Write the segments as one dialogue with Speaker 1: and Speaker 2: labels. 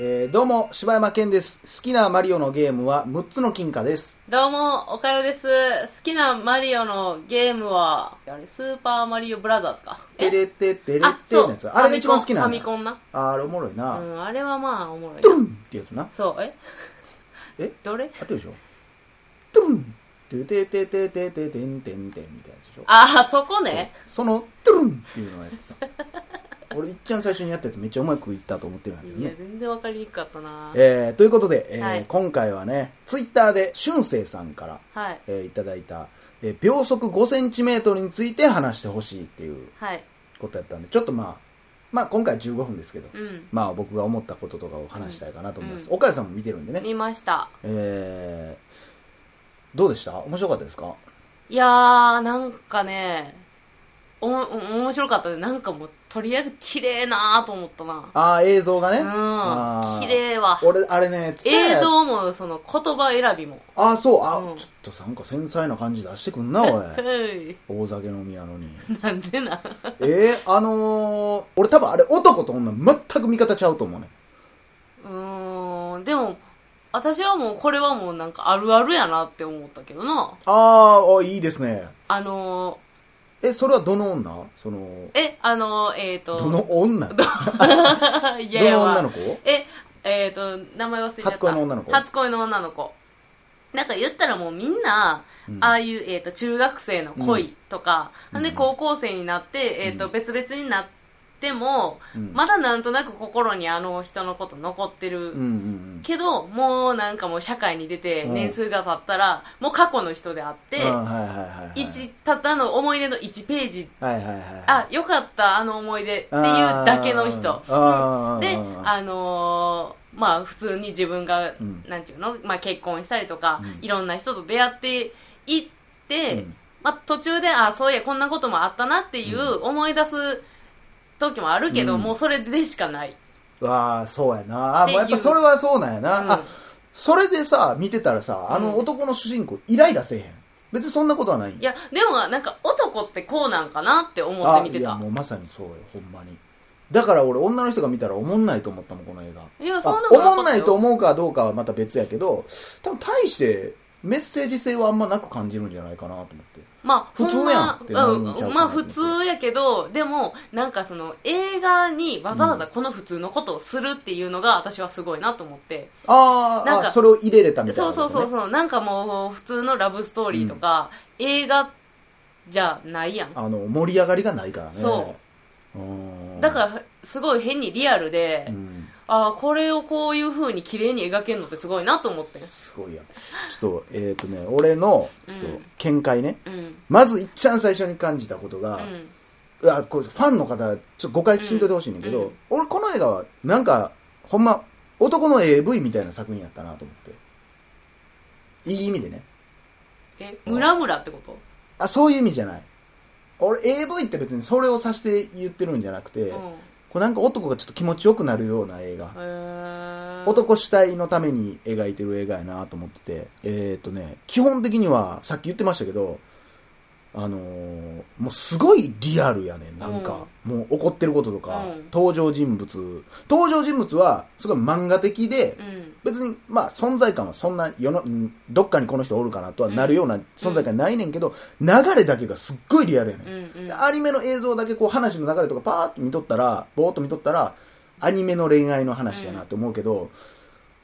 Speaker 1: えーどうも、柴山健です。好きなマリオのゲームは6つの金貨です。
Speaker 2: どうも、おかよです。好きなマリオのゲームは、あれ、スーパーマリオブラザーズか。
Speaker 1: てれってってれっ
Speaker 2: あ、
Speaker 1: て
Speaker 2: そ
Speaker 1: の
Speaker 2: う
Speaker 1: やつ。。あれが一番好きな
Speaker 2: ファ
Speaker 1: ん
Speaker 2: ミ
Speaker 1: や。
Speaker 2: コンな。
Speaker 1: あれおもろいうな。
Speaker 2: ん、あれはまあ、おもろい
Speaker 1: ドゥ
Speaker 2: な。
Speaker 1: ンってやつな。
Speaker 2: そう、え
Speaker 1: え
Speaker 2: どれ
Speaker 1: あってるでしょドゥントゥててててててんてんてんみたいなやつでしょ
Speaker 2: あー、そこね。
Speaker 1: そのドゥルンっていうのをやって た俺いっちゃん最初にやったやつめっちゃうまくいったと思ってるんだけど
Speaker 2: いや
Speaker 1: ね、
Speaker 2: 全然わかりにくかったな。
Speaker 1: えー、ということで、えー
Speaker 2: はい
Speaker 1: 今回はねツイッターで俊生さんから、
Speaker 2: はい。
Speaker 1: えーいただいた、えー秒速5センチメートルについて話してほしいっていう
Speaker 2: はい。
Speaker 1: ことやったんでちょっとまあまあ今回15分ですけど、
Speaker 2: うん。
Speaker 1: まあ僕が思ったこととかを話したいかなと思います、
Speaker 2: うん
Speaker 1: 岡谷さんも見てるんでね、
Speaker 2: 見ました。
Speaker 1: えー、どうでした面白かったですか
Speaker 2: いやー、なんかね、おも、お面白かったね。なんかもう、とりあえず綺麗なーと思ったな。
Speaker 1: ああ映像がね、あ
Speaker 2: うん。
Speaker 1: ー
Speaker 2: 綺麗わ。
Speaker 1: 俺あれね蔦屋
Speaker 2: 映像も、その、言葉選びも。
Speaker 1: あそうあ、
Speaker 2: うん
Speaker 1: ちょっとなんか繊細な感じ出してくん なおい
Speaker 2: はい。
Speaker 1: 大酒飲みやのに
Speaker 2: なんでなん
Speaker 1: えー、あのー、俺多分あれ男と女全く見方ちゃうと思うね
Speaker 2: うーんでも私はもうこれはもうなんかあるあるやなって思ったけどな
Speaker 1: あーあいいですね
Speaker 2: あの
Speaker 1: えそれはどの女その
Speaker 2: ーえあのーえっ、ー、と
Speaker 1: どの女ど
Speaker 2: いやいや
Speaker 1: の女
Speaker 2: わ
Speaker 1: の子
Speaker 2: ええっ、ー、と名前忘れちゃった
Speaker 1: 初恋の女の子
Speaker 2: 初恋の女の子なんか言ったらもうみんな、
Speaker 1: うん
Speaker 2: ああいう、えー、と中学生の恋とか、
Speaker 1: うん
Speaker 2: で高校生になって、えー、
Speaker 1: う
Speaker 2: と
Speaker 1: ん
Speaker 2: 別々になっても、
Speaker 1: うん
Speaker 2: まだなんとなく心にあの人のこと残ってる
Speaker 1: うんうん
Speaker 2: けどもうなんかもう社会に出て
Speaker 1: うん
Speaker 2: 年数が経ったら、もう過去の人であっ
Speaker 1: うん
Speaker 2: て、
Speaker 1: あーはいはいはいはい
Speaker 2: 一たったの思い出の1ページ
Speaker 1: はいはいはいはい
Speaker 2: あよかったあの思い出っていうだけの人
Speaker 1: あーあー
Speaker 2: で
Speaker 1: あー
Speaker 2: あのーまあ普通に自分が、
Speaker 1: うん
Speaker 2: なんていうの、まあ、結婚したりとか、
Speaker 1: うん
Speaker 2: いろんな人と出会っていって、
Speaker 1: うん
Speaker 2: まあ、途中であそういやこんなこともあったなっていう思い出す時もあるけど、
Speaker 1: うん
Speaker 2: もうそれでしかない、
Speaker 1: わあそうやなあ
Speaker 2: って
Speaker 1: も
Speaker 2: いうう
Speaker 1: やっぱそれはそうなんや
Speaker 2: う
Speaker 1: な、
Speaker 2: ん
Speaker 1: あそれでさ見てたらさあの
Speaker 2: うん
Speaker 1: 男の主人公イライラせえへん別にそんなことはない
Speaker 2: いやでもなんか男ってこうなんかなって思って見て
Speaker 1: あいや
Speaker 2: た
Speaker 1: もうまさにそうよほんまにだから俺女の人が見たらおもんないと思ったもんこの映画
Speaker 2: いやそんな
Speaker 1: あ
Speaker 2: こ
Speaker 1: お
Speaker 2: とかった
Speaker 1: もんない
Speaker 2: よ
Speaker 1: と思うかどうかはまた別やけど多分大してメッセージ性はあんまなく感じるんじゃないかなと思って
Speaker 2: まあ、
Speaker 1: 普通やんってな
Speaker 2: ほ
Speaker 1: る
Speaker 2: ん
Speaker 1: んちゃうかな
Speaker 2: まうん、まあ普通やけど、でも、なんかその映画にわざわざこの普通のことをするっていうのが私はすごいなと思って。
Speaker 1: あー
Speaker 2: なん
Speaker 1: あ
Speaker 2: か
Speaker 1: それを入れれたみたい
Speaker 2: そ
Speaker 1: な
Speaker 2: う
Speaker 1: ことね、
Speaker 2: そうそうそう、なんかもう普通のラブストーリーとか、映画じゃないやん。
Speaker 1: あの盛り上がりがないからね
Speaker 2: そう
Speaker 1: ーん
Speaker 2: だから、すごい変にリアルで、
Speaker 1: うん
Speaker 2: ああ、これをこういう風に綺麗に描けるのってすごいなと思って。
Speaker 1: すごいやんちょっとえっ、とね俺のちょっと
Speaker 2: うん
Speaker 1: 見解ね、
Speaker 2: うん。
Speaker 1: まずいっちゃん最初に感じたこと
Speaker 2: う
Speaker 1: が、
Speaker 2: ん。
Speaker 1: いやこれファンの方ちょっと誤解しんといてほしいねんだけど、
Speaker 2: うんうん
Speaker 1: 俺この映画はなんかほんま男の AV みたいな作品やったなと思っていい意味でね
Speaker 2: え、ムラムラってこと
Speaker 1: あそういう意味じゃない俺 AV って別にそれを指して言ってるんじゃなくて、
Speaker 2: うん。へ
Speaker 1: こうなんか男がちょっと気持ちよくなるような映画、
Speaker 2: え。
Speaker 1: 男主体のために描いてる映画やなと思っててえっ、とね基本的にはさっき言ってましたけどあのーもうすごいリアルやねなんか、もう怒ってることとか、
Speaker 2: うん
Speaker 1: 登場人物登場人物はすごい漫画的で
Speaker 2: うん。
Speaker 1: 別にまあ存在感はそんな世のうんどっかにこの人おるかなとはなるような存在感ないねんけど、流れだけがすっごいリアルやねん
Speaker 2: うん。うん。
Speaker 1: アニメの映像だけこう話の流れとかパーッと見とったら、ぼーっと見とったら、アニメの恋愛の話やなって思うけど、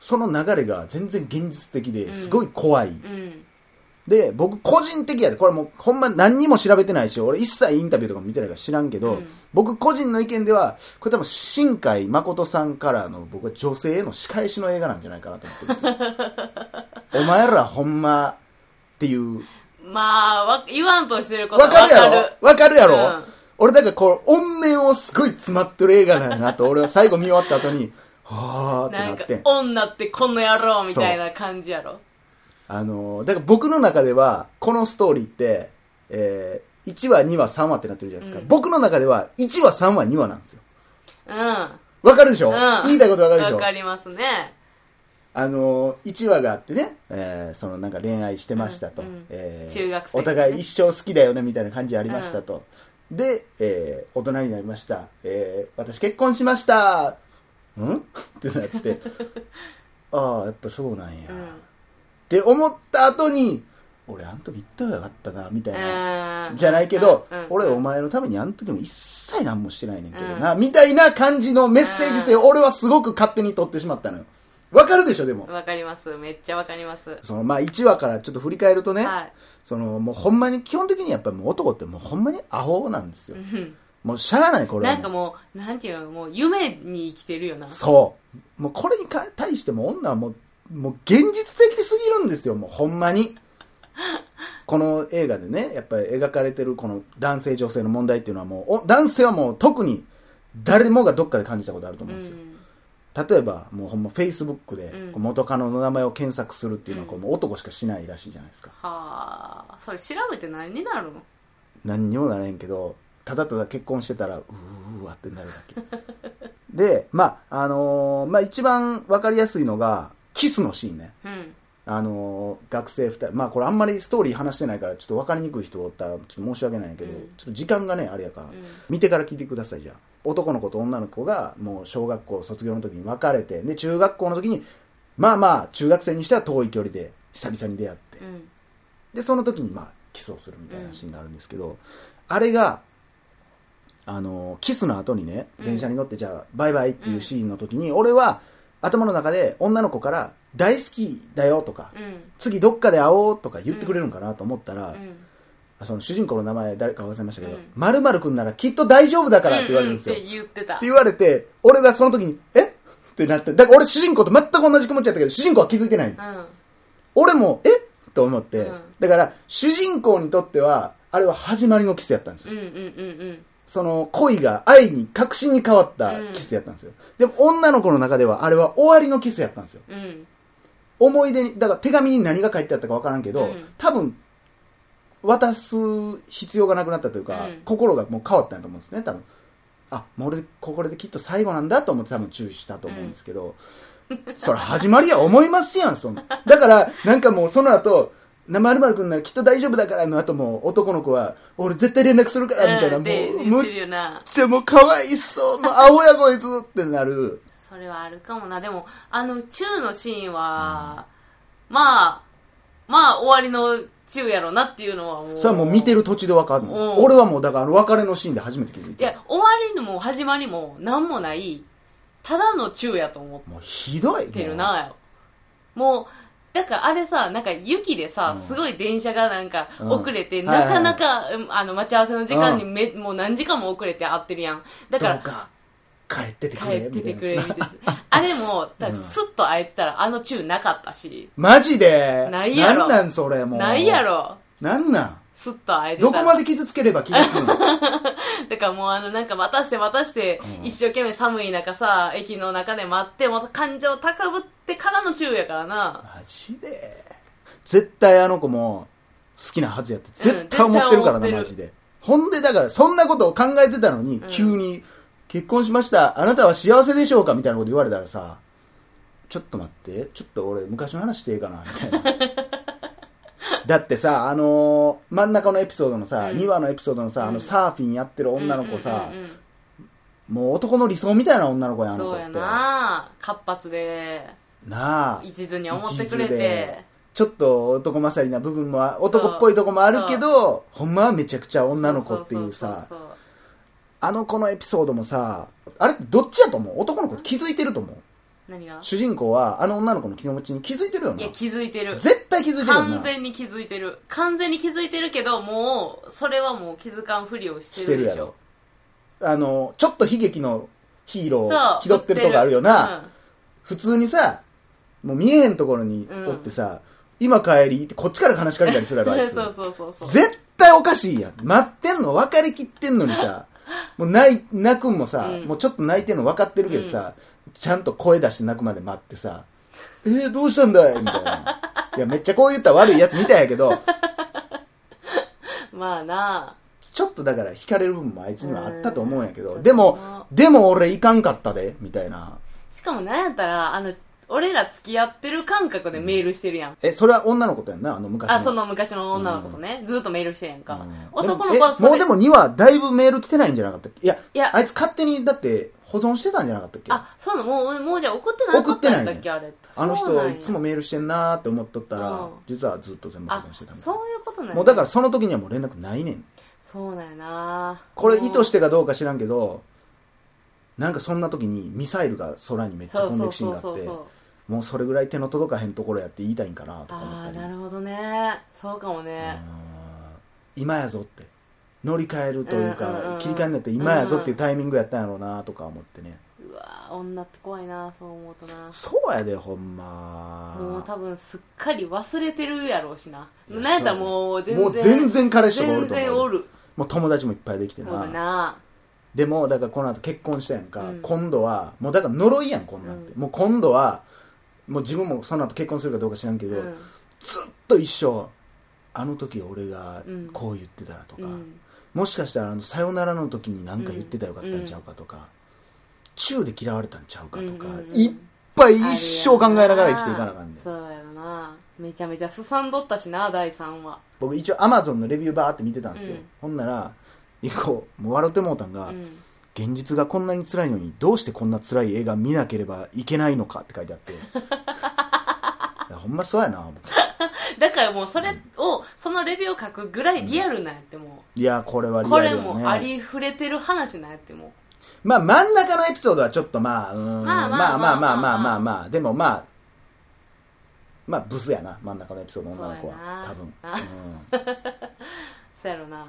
Speaker 1: その流れが全然現実的で
Speaker 2: うん
Speaker 1: すごい怖い。
Speaker 2: うん。
Speaker 1: で、僕個人的やで、これもうほんま何にも調べてないし、俺一切インタビューとかも見てないから知らんけど、
Speaker 2: うん
Speaker 1: 僕個人の意見では、これ多分新海誠さんからの僕は女性への仕返しの映画なんじゃないかなと思ってるん ですよ。お前らほんまっていう、
Speaker 2: まあ、わ、言わんとしてること
Speaker 1: わ
Speaker 2: は
Speaker 1: かるやろわかるやろ、
Speaker 2: うん
Speaker 1: 俺だからこう、怨念をすごい詰まってる映画なんやなと、俺は最後見終わった後に、 はー
Speaker 2: な
Speaker 1: っ
Speaker 2: ん
Speaker 1: てな
Speaker 2: か
Speaker 1: ってん、
Speaker 2: 女ってこの野郎みたいな感じやろ。
Speaker 1: あのー、だから僕の中では、このストーリーって、えー、1話、2話、3話ってなってるじゃないですか。
Speaker 2: うん
Speaker 1: 僕の中では、1話、3話、2話なんですよ。
Speaker 2: うん。
Speaker 1: わかるでしょ、
Speaker 2: うん
Speaker 1: 言いたいことわかるでし
Speaker 2: わ
Speaker 1: ょ
Speaker 2: かりますね。
Speaker 1: あのー、1話があってね、えー、そのなんか恋愛してましたと。
Speaker 2: うんうん
Speaker 1: えー
Speaker 2: 中学生
Speaker 1: お互い一生好きだよねみたいな感じありましたと。で、えー大人になりました。えー私結婚しました。ん ってな って、ああ、やっぱそうなんや。
Speaker 2: うん
Speaker 1: って思った後に、俺あの時言ったらよかったな、みたいな。
Speaker 2: うん
Speaker 1: じゃないけど、
Speaker 2: うんうん
Speaker 1: 俺お前のためにあの時も一切何もしてないねんけどな、みたいな感じのメッセージ性を俺はすごく勝手に取ってしまったのよ。わかるでしょ、でも。
Speaker 2: わかりますめっちゃわかります、
Speaker 1: その、まあ1話からちょっと振り返るとね、
Speaker 2: はい
Speaker 1: その、もうほんまに、基本的にやっぱりもう男ってもうほんまにアホなんですよ。
Speaker 2: うん
Speaker 1: もうしゃあない、これは
Speaker 2: なんかもうなんていうのもう夢に生きてるよな
Speaker 1: そう。もうこれにか対しても女はもう、もう現実的すぎるんですよ、もうほんまに。この映画でね、やっぱり描かれてるこの男性女性の問題っていうのはもう、お男性はもう特に誰もがどっかで感じたことあると
Speaker 2: う
Speaker 1: 思うんですよ。
Speaker 2: ん
Speaker 1: 例えば、もうほんま Facebook で
Speaker 2: うん
Speaker 1: こう元カノの名前を検索するっていうのはこう
Speaker 2: うん
Speaker 1: もう男しかしないらしいじゃないですか。
Speaker 2: はあそれ調べて何になるの
Speaker 1: 何にもなれへんけど、ただただ結婚してたら、うーわってなるだけ。 で、まあ、あのーまあ一番わかりやすいのが、キスのシーンね。
Speaker 2: うん
Speaker 1: あのー学生2人、まあこれあんまりストーリー話してないから、ちょっと分かりにくい人おったら、ちょっと申し訳ないんやけど、
Speaker 2: うん
Speaker 1: ちょっと時間がね、あれやから、
Speaker 2: うん
Speaker 1: 見てから聞いてください、じゃあ。男の子と女の子が、もう小学校卒業の時に別れて、で、中学校の時に、まあまあ、中学生にしては遠い距離で、久々に出会って、
Speaker 2: うん
Speaker 1: で、その時に、まあ、キスをするみたいなシーンがあるんですけど、あれが、あのーキスの後にね、
Speaker 2: うん
Speaker 1: 電車に乗って、じゃあ、バイバイっていうシーンの時に、俺は、頭の中で女の子から、大好きだよとか、
Speaker 2: うん
Speaker 1: 次どっかで会おうとか言ってくれるんかなと思ったら、
Speaker 2: うん
Speaker 1: その主人公の名前誰か忘れましたけど
Speaker 2: うん
Speaker 1: 「まるまるくんならきっと大丈夫だから」って言われるんですよ、
Speaker 2: ううって言ってた
Speaker 1: って言われて俺がその時に「えっ?」てなってだから俺主人公と全く同じ気持ちやったけど主人公は気づいてないの、
Speaker 2: うん
Speaker 1: 俺も「えっ?」と思って、
Speaker 2: うん
Speaker 1: だから主人公にとってはあれは始まりのキスやったんですよ、
Speaker 2: うんうんうんうん
Speaker 1: その恋が愛に確信に変わったキスやったんですよ、でも女の子の中ではあれは終わりのキスやったんですよ
Speaker 2: うん
Speaker 1: 思い出に、だから手紙に何が書いてあったか分からんけど、
Speaker 2: うん
Speaker 1: 多分、渡す必要がなくなったというか、
Speaker 2: うん
Speaker 1: 心がもう変わったんやと思うんですね、多分。あ、もう俺、これできっと最後なんだと思って多分注意したと思うんですけど、それ始まりや思いますやん、そんな。だから、なんかもうその後、なまるまるくんならきっと大丈夫だからの後も男の子は、俺絶対連絡するから、みたいな、
Speaker 2: うんって
Speaker 1: もう、
Speaker 2: 言
Speaker 1: む
Speaker 2: っ
Speaker 1: って
Speaker 2: るよな
Speaker 1: ちゃもう可哀想、もう青やこいつってなる。
Speaker 2: それはあるかもなでもあのチューのシーンは、まあまあ終わりのチューやろなっていうのはもう
Speaker 1: それはもう見てる途中で分かるの。
Speaker 2: うん
Speaker 1: 俺はもうだからあの別れのシーンで初めて気づい
Speaker 2: い
Speaker 1: た。
Speaker 2: や終わりも始まりも何もないただのチューやと思
Speaker 1: もうひどい。
Speaker 2: ってるなもうだからあれさなんか雪でさ、
Speaker 1: うん
Speaker 2: すごい電車がなんか
Speaker 1: うん
Speaker 2: 遅れて、
Speaker 1: はいはい
Speaker 2: なかなか、うんあの待ち合わせの時間にめ、もう何時間も遅れて会ってるやんだ
Speaker 1: だ
Speaker 2: か
Speaker 1: からら、どうか帰っててく
Speaker 2: 帰
Speaker 1: れ。
Speaker 2: っててく
Speaker 1: み
Speaker 2: れ
Speaker 1: た
Speaker 2: み
Speaker 1: い
Speaker 2: た
Speaker 1: ない
Speaker 2: な。 あれも、だ
Speaker 1: うん
Speaker 2: すっと会えてたら、あのチューなかったし。
Speaker 1: マジで
Speaker 2: ないやろ
Speaker 1: なんなんそれもう。
Speaker 2: ないや。ろ。
Speaker 1: なんなん
Speaker 2: すっと会えてた
Speaker 1: ど
Speaker 2: ら。
Speaker 1: こまで傷つければ傷つくの
Speaker 2: だからもうあの、なんか待たして待たして、
Speaker 1: うん
Speaker 2: 一生懸命寒い中さ、駅の中で待って、また感情高ぶってからのチューやからな。
Speaker 1: マジで。絶対あの子も好きなはずやって、絶対思ってるからな、
Speaker 2: うん絶対思
Speaker 1: マ
Speaker 2: ってる
Speaker 1: ジで。ほんで、だから、そんなことを考えてたのに
Speaker 2: う、ん
Speaker 1: 急に、結婚しました、あなたは幸せでしょうかみたいなこと言われたらさ、ちょっと待って、ちょっと俺、昔の話していいかな、みたい な。だってさ、あのー真ん中のエピソードのさ、
Speaker 2: うん
Speaker 1: 2話のエピソードのさ、あ
Speaker 2: う
Speaker 1: の
Speaker 2: ん
Speaker 1: サーフィンやってる女の子さ
Speaker 2: うんう、んうんうん
Speaker 1: もう男の理想みたいな女の子やん、あの子
Speaker 2: そ
Speaker 1: っ
Speaker 2: う
Speaker 1: て
Speaker 2: や。な活発で、
Speaker 1: なあ。
Speaker 2: 一途に思ってくれ
Speaker 1: 一途で
Speaker 2: て、
Speaker 1: ちょっと男勝りな部分もあ、男っぽいとこもあるけど、ほんまはめちゃくちゃ女の子っていうさ
Speaker 2: そ、うそうそう
Speaker 1: あの子のエピソードもさ、あれってどっちやと思う男の子気づいてると思う
Speaker 2: 何が
Speaker 1: 主人公はあの女の子の気持ちに気づいてるよ
Speaker 2: い
Speaker 1: な
Speaker 2: や、。気づいてる。
Speaker 1: 絶対気づいてるよ
Speaker 2: 完
Speaker 1: な。
Speaker 2: 全に気づいてる完全に気づいてるけどもうそれはもう気づかんふりをし
Speaker 1: してて
Speaker 2: る
Speaker 1: る
Speaker 2: で
Speaker 1: や
Speaker 2: しょ
Speaker 1: ろ。あの、ちょっと悲劇のヒーロー
Speaker 2: そ
Speaker 1: を
Speaker 2: う
Speaker 1: 気取ってるとこあるよな。、普通にさ、もう見えへんところに
Speaker 2: うん
Speaker 1: おってさ、今帰りってこっちから話しかけたりする
Speaker 2: 売
Speaker 1: や
Speaker 2: って
Speaker 1: ろ、あ
Speaker 2: る
Speaker 1: い
Speaker 2: うん
Speaker 1: つ。
Speaker 2: そうそうそうそう
Speaker 1: 絶対おかしいやん。待ってんの分かりきってんのに さ、もう泣い、泣くんもさ、
Speaker 2: うん
Speaker 1: もうちょっと泣いてんの分かってるけどさ、ちゃんと声出して泣くまで待ってさ、えー、どうしたんだいみたいな。いや、めっちゃこう言ったら悪いやつみたいやけど、
Speaker 2: まあな
Speaker 1: ちょっとだから惹かれる部分もあいつにはあったと思うんやけど、
Speaker 2: うん
Speaker 1: でも、でも俺いかんかったで、みたいな。
Speaker 2: しかもなんやったらあの俺ら付き合ってる感覚でメールしてるやん。
Speaker 1: え、それは女の子とやんな、あの昔の。
Speaker 2: あ、その昔の女の子とね、ずっとメールしてるやんか。
Speaker 1: うん
Speaker 2: 男の子は
Speaker 1: でもえ
Speaker 2: そ
Speaker 1: もう
Speaker 2: れ
Speaker 1: で、も2はだいぶメール来てないんじゃなかったっけいや、
Speaker 2: いや
Speaker 1: あいつ勝手にだって保存してたんじゃなかったっけ
Speaker 2: あ、そうなの、もう、もうじゃあ送ってない
Speaker 1: 送ってないね
Speaker 2: だっけ、あれ。
Speaker 1: あの
Speaker 2: そうなん
Speaker 1: 人
Speaker 2: や
Speaker 1: いつもメールしてんなーって思っとったら、
Speaker 2: うん
Speaker 1: 実はずっと全部保
Speaker 2: あ
Speaker 1: 存してた、みたい
Speaker 2: そういうことなん
Speaker 1: な
Speaker 2: や
Speaker 1: もうだからその時にはもう連絡ないねん。
Speaker 2: そうなんやな、
Speaker 1: これ意図しててかどうか知らんけど、なんかそんな時にミサイルが空にめっちゃ
Speaker 2: そう
Speaker 1: 飛んで
Speaker 2: そ
Speaker 1: いく
Speaker 2: う
Speaker 1: シーンが
Speaker 2: そ
Speaker 1: あっ
Speaker 2: うそう
Speaker 1: て
Speaker 2: そ、う。
Speaker 1: もうそれぐらい手の届かへんところやって言いたいんかなとか思
Speaker 2: あ
Speaker 1: っ
Speaker 2: あ、
Speaker 1: たり。
Speaker 2: なるほどね。そうかもね。
Speaker 1: うん今やぞって乗り換えるというか、
Speaker 2: うんうんうん
Speaker 1: 切り替えになって今やぞっていうタイミングやったんやろうなとか思ってね、
Speaker 2: うわー女って怖いなそう思うとな
Speaker 1: そうやでほんま
Speaker 2: もう多分すっかり忘れてるやろうしない
Speaker 1: や
Speaker 2: なんやったらもう全然
Speaker 1: もう全然彼氏とかおる
Speaker 2: 全
Speaker 1: と思う
Speaker 2: 然おる
Speaker 1: もう友達もいっぱいできて
Speaker 2: お
Speaker 1: な
Speaker 2: るな
Speaker 1: でもだからこの後結婚したやんか、
Speaker 2: うん
Speaker 1: 今度はもうだから呪いやんこんなんて、
Speaker 2: うん
Speaker 1: もう今度はもう自分もその後結婚するかどうか知らんけ
Speaker 2: う
Speaker 1: ど、
Speaker 2: ん
Speaker 1: ずっと一生あの時俺がこう言ってたらとか、
Speaker 2: うん
Speaker 1: もしかしたらあのさよならの時に何か言ってたらよかったんちゃうかとか、中で嫌われたんちゃうかとか、
Speaker 2: うんうんうん
Speaker 1: いっぱい一生考えながら生きていかなあかんねん
Speaker 2: そうやろなめちゃめちゃすさんどったしな第3話
Speaker 1: 僕一応アマゾンのレビューバーって見てたんですよ、
Speaker 2: うん
Speaker 1: ほんなら一個もう笑ってもうたん
Speaker 2: う
Speaker 1: が、
Speaker 2: ん
Speaker 1: 現実がこんなに辛いのにどうしてこんな辛い映画見なければいけないのかって書いてあ っていやほんまそうやな思って
Speaker 2: だからもうそれをそのレビューを書くぐらいリアルなんやっても
Speaker 1: いやこれは
Speaker 2: う
Speaker 1: リ
Speaker 2: こ
Speaker 1: アル
Speaker 2: れ
Speaker 1: よね
Speaker 2: もありふれてる話なんやっても
Speaker 1: まあ真ん中のエピソードはちょっとまあ、うーん、ま
Speaker 2: ま
Speaker 1: あま
Speaker 2: あま
Speaker 1: あ
Speaker 2: あ
Speaker 1: ま
Speaker 2: ま
Speaker 1: あま
Speaker 2: あま
Speaker 1: あ
Speaker 2: あ
Speaker 1: ま
Speaker 2: ま
Speaker 1: あ
Speaker 2: あ
Speaker 1: でもまあ、まあブスやな、真ん中のエピソードの女の子は
Speaker 2: そうや、な
Speaker 1: 多分。
Speaker 2: あそうやろな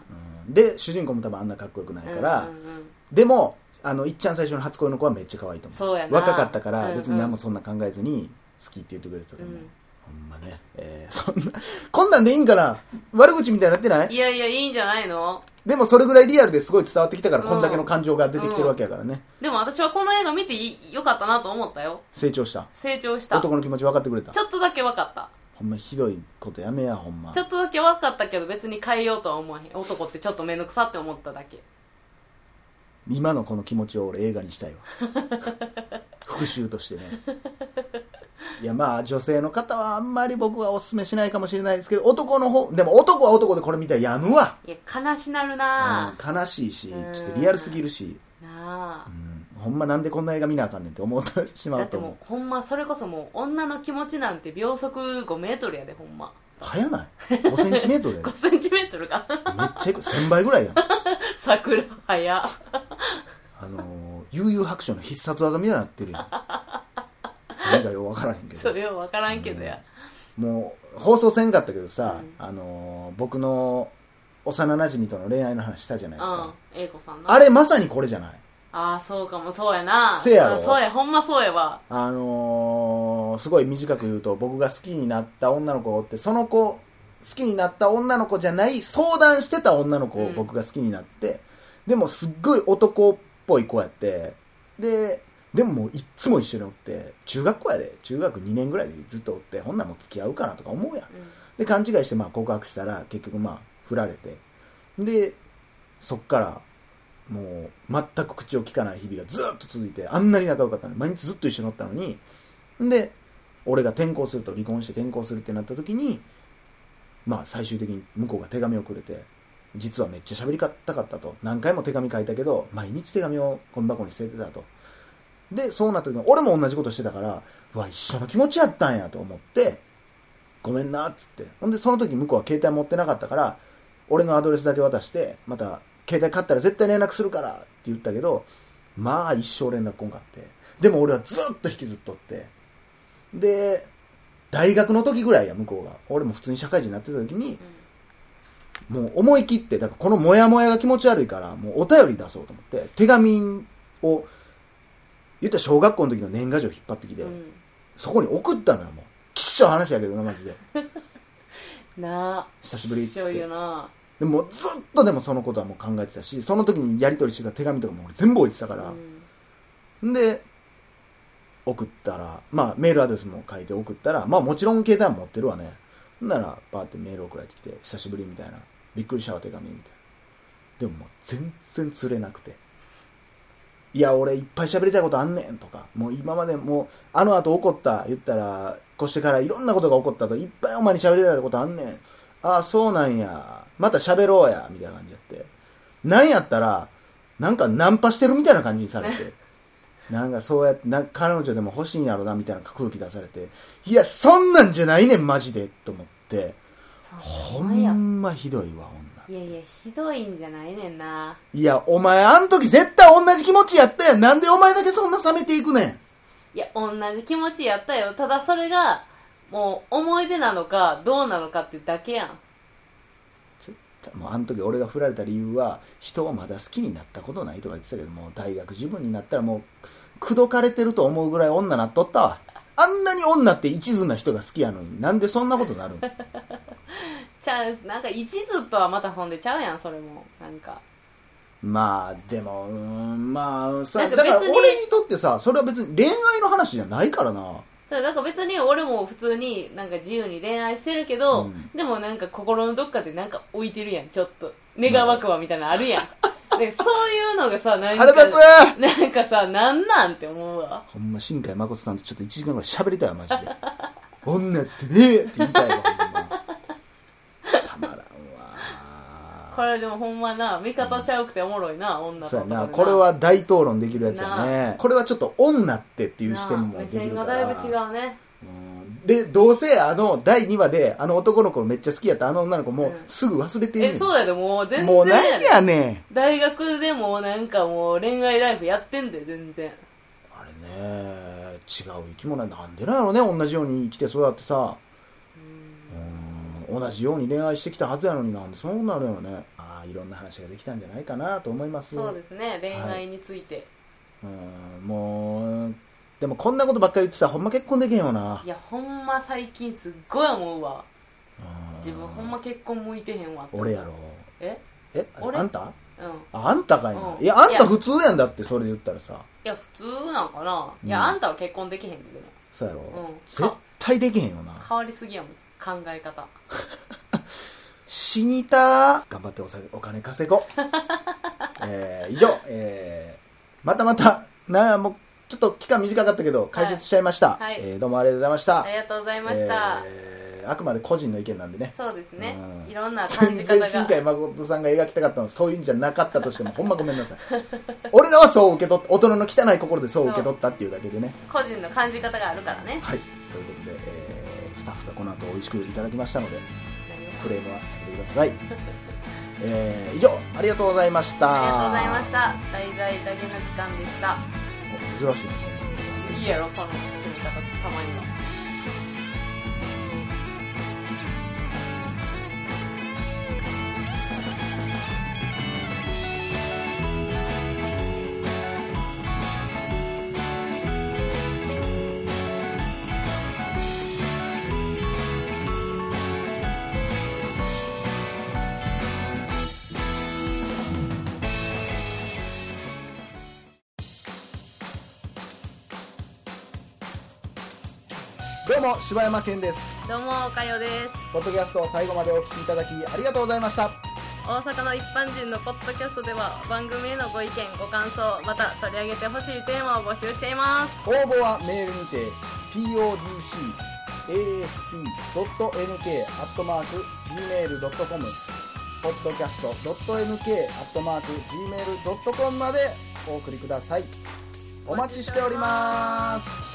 Speaker 1: うん、で、主人公も多分あんなかっこよくないから、
Speaker 2: うんうんうん
Speaker 1: でも、あの、いっちゃん最初の初恋の子はめっちゃ可愛いと思う。
Speaker 2: そうやな
Speaker 1: 若かったから
Speaker 2: うんうん
Speaker 1: 別に何もそんな考えずに好きって言ってくれてたと
Speaker 2: う
Speaker 1: 思う。
Speaker 2: ん
Speaker 1: ほんまね。えー、そんな、こんなんでいいんかな悪口みたいになってない
Speaker 2: いやいやいいんじゃないの
Speaker 1: でもそれぐらいリアルですごい伝わってきたから、
Speaker 2: うん
Speaker 1: こんだけの感情が出てきてるわけやからね。
Speaker 2: でも私はこの映画見ていいよかったなと思ったよ
Speaker 1: 成長した。
Speaker 2: 成長したち
Speaker 1: 男の気持ち分かってくれた。
Speaker 2: ょっとだけ分かった
Speaker 1: ほんまひどいことやめや、ほんま
Speaker 2: ちょ。っとだけ分かったけど別に変えようとは思わへん男ってちょっと面倒くさって思っただけ
Speaker 1: 今のこの気持ちを俺映画にしたい わ。復讐としてね。いやまあ女性の方はあんまり僕はお勧めしないかもしれないですけど、男の方、でも男は男でこれ見たらやむわ。
Speaker 2: いや悲しなるな
Speaker 1: うん悲しいし、ちょ
Speaker 2: うん
Speaker 1: っとリアルすぎるし、
Speaker 2: あな
Speaker 1: う
Speaker 2: あ
Speaker 1: ん、ほんまなんでこんな映画見なあかんねんって思ってしま
Speaker 2: だ
Speaker 1: う
Speaker 2: って
Speaker 1: と思う
Speaker 2: も。うほんまそれこそもう女の気持ちなんて秒速5メートルやでほんま
Speaker 1: 早ない ?5 センチメートルやで
Speaker 2: 5センチメートルか
Speaker 1: めっちゃいく、1000倍ぐらいやん。
Speaker 2: 桜早
Speaker 1: あのー、悠々白書の必殺技みたいになってるやん。何かようわからへんけど。
Speaker 2: それは分からんけどや、
Speaker 1: もう放送せんかったけどさ、
Speaker 2: うん
Speaker 1: あのー僕の幼馴染との恋愛の話したじゃないうですか、
Speaker 2: ん英子さんな
Speaker 1: あれまさにこれじゃない
Speaker 2: ああそうかもそうやな
Speaker 1: せやろ
Speaker 2: うんそうやほんまそうやわ
Speaker 1: あのーすごい短く言うと僕が好きになった女の子がおってその子好きになった女の子じゃない相談してた女の子を
Speaker 2: うん
Speaker 1: 僕が好きになって、でもすっごい男っぽい子やってででももういっつも一緒におって中学校やで中学2年ぐらいでずっとおってほんならもう付き合うかなとか思うやん
Speaker 2: うん
Speaker 1: で、勘違いして、まあ、告白したら、結局、まあ、振られて。で、そっから、もう、全く口を聞かない日々がずっと続いて、あんなに仲良かったのに、毎日ずっと一緒におったのに、で、俺が転校すると、離婚して転校するってなった時に、まあ、最終的に向こうが手紙をくれて、実はめっちゃ喋りたかったと。何回も手紙書いたけど、毎日手紙をゴミ箱に捨ててたと。で、そうなった時に、俺も同じことしてたから、うわ、一緒の気持ちやったんやと思って、ごめんなっつってほんでその時向こうは携帯持ってなかったから俺のアドレスだけ渡してまた携帯買ったら絶対連絡するからって言ったけどまあ一生連絡こんかってでも俺はずっと引きずっとってで大学の時ぐらいや向こうが俺も普通に社会人になってた時にもう思い切ってだからこのモヤモヤが気持ち悪いからもうお便り出そうと思って手紙を言ったら小学校の時の年賀状引っ張ってきて、
Speaker 2: うんうん
Speaker 1: そこに送ったのよもうきっしょ話やけどなマジで
Speaker 2: なあ
Speaker 1: 久しぶりっつって
Speaker 2: しょいよな
Speaker 1: でもずっとでもそのことはもう考えてたし、その時にやり取りしてた手紙とかも俺全部置いてたから
Speaker 2: う、ん
Speaker 1: ん、で、送ったら、まあメールアドレスも書いて送ったら、まあもちろん携帯も持ってるわね。ほんなら、バーってメール送られてきて、久しぶりみたいな。びっくりしたわ手紙みたいな。でももう全然釣れなくて。いや、俺いっぱい喋りたいことあんねんとか、もう今までもう、あの後起こった、言ったら、越してからいろんなことが起こったと、いっぱいお前に喋りたいことあんねん。ああ、そうなんや。また喋ろうや。みたいな感じやって。なんやったら、なんかナンパしてるみたいな感じにされて。なんかそうやって、なん彼女でも欲しいんやろな、みたいな空気出されて。いや、そんなんじゃないねん、マジで。と思って。ほんまひどいわ、女。
Speaker 2: いやいやひどいんじゃないねんない
Speaker 1: や、お前、あん時絶対同じ気持ちやったやん。なんでお前だけそんな冷めていくねん。
Speaker 2: いや同じ気持ちやったよただそれがもう思い出なのかどうなのかっていうだけやん
Speaker 1: もうあの時俺が振られた理由は、人をまだ好きになったことないとか言ってたけど、もう大学自分になったらもう、口説かれてると思うぐらい女なっとったわ。あんなに女って一途な人が好きやのに、なんでそんなことなるん
Speaker 2: ちゃうなんか一途とはまたほんでちゃうやんそれもなんか
Speaker 1: まあ、でも、うーん、まあ、
Speaker 2: な
Speaker 1: さ、
Speaker 2: んか
Speaker 1: だから
Speaker 2: 別に
Speaker 1: 俺にとってさ、それは別に恋愛の話じゃないからな。
Speaker 2: だからなんか別に俺も普通になんか自由に恋愛してるけど、
Speaker 1: うん
Speaker 2: でもなんか心のどっかでなんか置いてるやんちょっと願わくはみたいなのあるやん、なんかそういうのがさなんか
Speaker 1: 腹立つ
Speaker 2: なんかさなんなんって思うわ
Speaker 1: ほんま、新海誠さんとちょっと1時間ぐらい喋りたいわ、マジで。女ってねえって言いたいわ、ほんま。たまらんわ。
Speaker 2: これでもほんまな味方ちゃうくておもろいな、女
Speaker 1: そう
Speaker 2: と
Speaker 1: や
Speaker 2: かでな
Speaker 1: な、これは大討論できるやつや
Speaker 2: な
Speaker 1: ね。これはちょっと女ってっていう視点
Speaker 2: な
Speaker 1: も
Speaker 2: 目
Speaker 1: でき
Speaker 2: 線
Speaker 1: る
Speaker 2: が
Speaker 1: か
Speaker 2: だい
Speaker 1: ら。
Speaker 2: ぶ違うね
Speaker 1: うんで、どうせあの、第2話で、あの男の子めっちゃ好きやったあの女の子も
Speaker 2: うん
Speaker 1: すぐ忘れてんねん
Speaker 2: えそうやでもう全然
Speaker 1: もう何
Speaker 2: やで
Speaker 1: やねん。
Speaker 2: 大学でもうなんかもう恋愛ライフやってんで全然
Speaker 1: あれね、違う生き物やなんでなんやろね、同じように生きて育ってさ。うん同じように恋愛してきたはずやのになんでそうなるよねああいろんな話ができたんじゃないかなと思います
Speaker 2: そうですね恋愛について、、
Speaker 1: うんもうでもこんなことばっかり言ってたらほんま結婚できへんよない
Speaker 2: やほんま最近すっごい思うわ
Speaker 1: うん
Speaker 2: 自分ほんま結婚向いてへんわって
Speaker 1: 俺やろ
Speaker 2: え
Speaker 1: え
Speaker 2: 俺
Speaker 1: あんた
Speaker 2: うん
Speaker 1: ああんたかいな、
Speaker 2: うん
Speaker 1: いやあん
Speaker 2: いや
Speaker 1: た普通やんだってそれで言ったらさ
Speaker 2: いや普通なんかな、いや
Speaker 1: うん
Speaker 2: あんたは結婚できへんってでも
Speaker 1: そうやろ、
Speaker 2: うん
Speaker 1: 絶対できへんよな
Speaker 2: 変わりすぎやもん考え方
Speaker 1: 死にたー頑張っておさお金稼 ごう。えー、以上、えー、またまた、なあ、もう、ちょっと期間短かったけど、解説しちゃいました。
Speaker 2: はいはい
Speaker 1: えーどうもありがとうございました。
Speaker 2: ありがとうございました、
Speaker 1: えーあくまで個人の意見なんでね。
Speaker 2: そうですね
Speaker 1: うん
Speaker 2: いろんな感じ
Speaker 1: 全
Speaker 2: 方
Speaker 1: 然新
Speaker 2: が
Speaker 1: 海誠さんが描きたかったのはそういうんじゃなかったとしても、ほんまごめんなさい。 俺らはそう受け取っ大人の汚い心でそう受け取ったっていうだけでね。
Speaker 2: 個人の感じ方があるからね
Speaker 1: はい。ということで、えースタッフがこの後美味しくいただきましたので、クレームはやめてください、 えー、以上ありがとうございました
Speaker 2: ありがとうございました大々だけの時間でした
Speaker 1: 珍しいですね
Speaker 2: いいやろこの締め方たまには
Speaker 1: どうも柴山健です
Speaker 2: どうもおかよです
Speaker 1: ポッドキャストを最後までお聞きいただきありがとうございました
Speaker 2: 大阪の一般人のポッドキャストでは番組へのご意見ご感想また取り上げてほしいテーマを募集しています
Speaker 1: 応募はメールにて podcast.nk.gmail.com podcast.nk.gmail.com までお送りくださいお待ちしております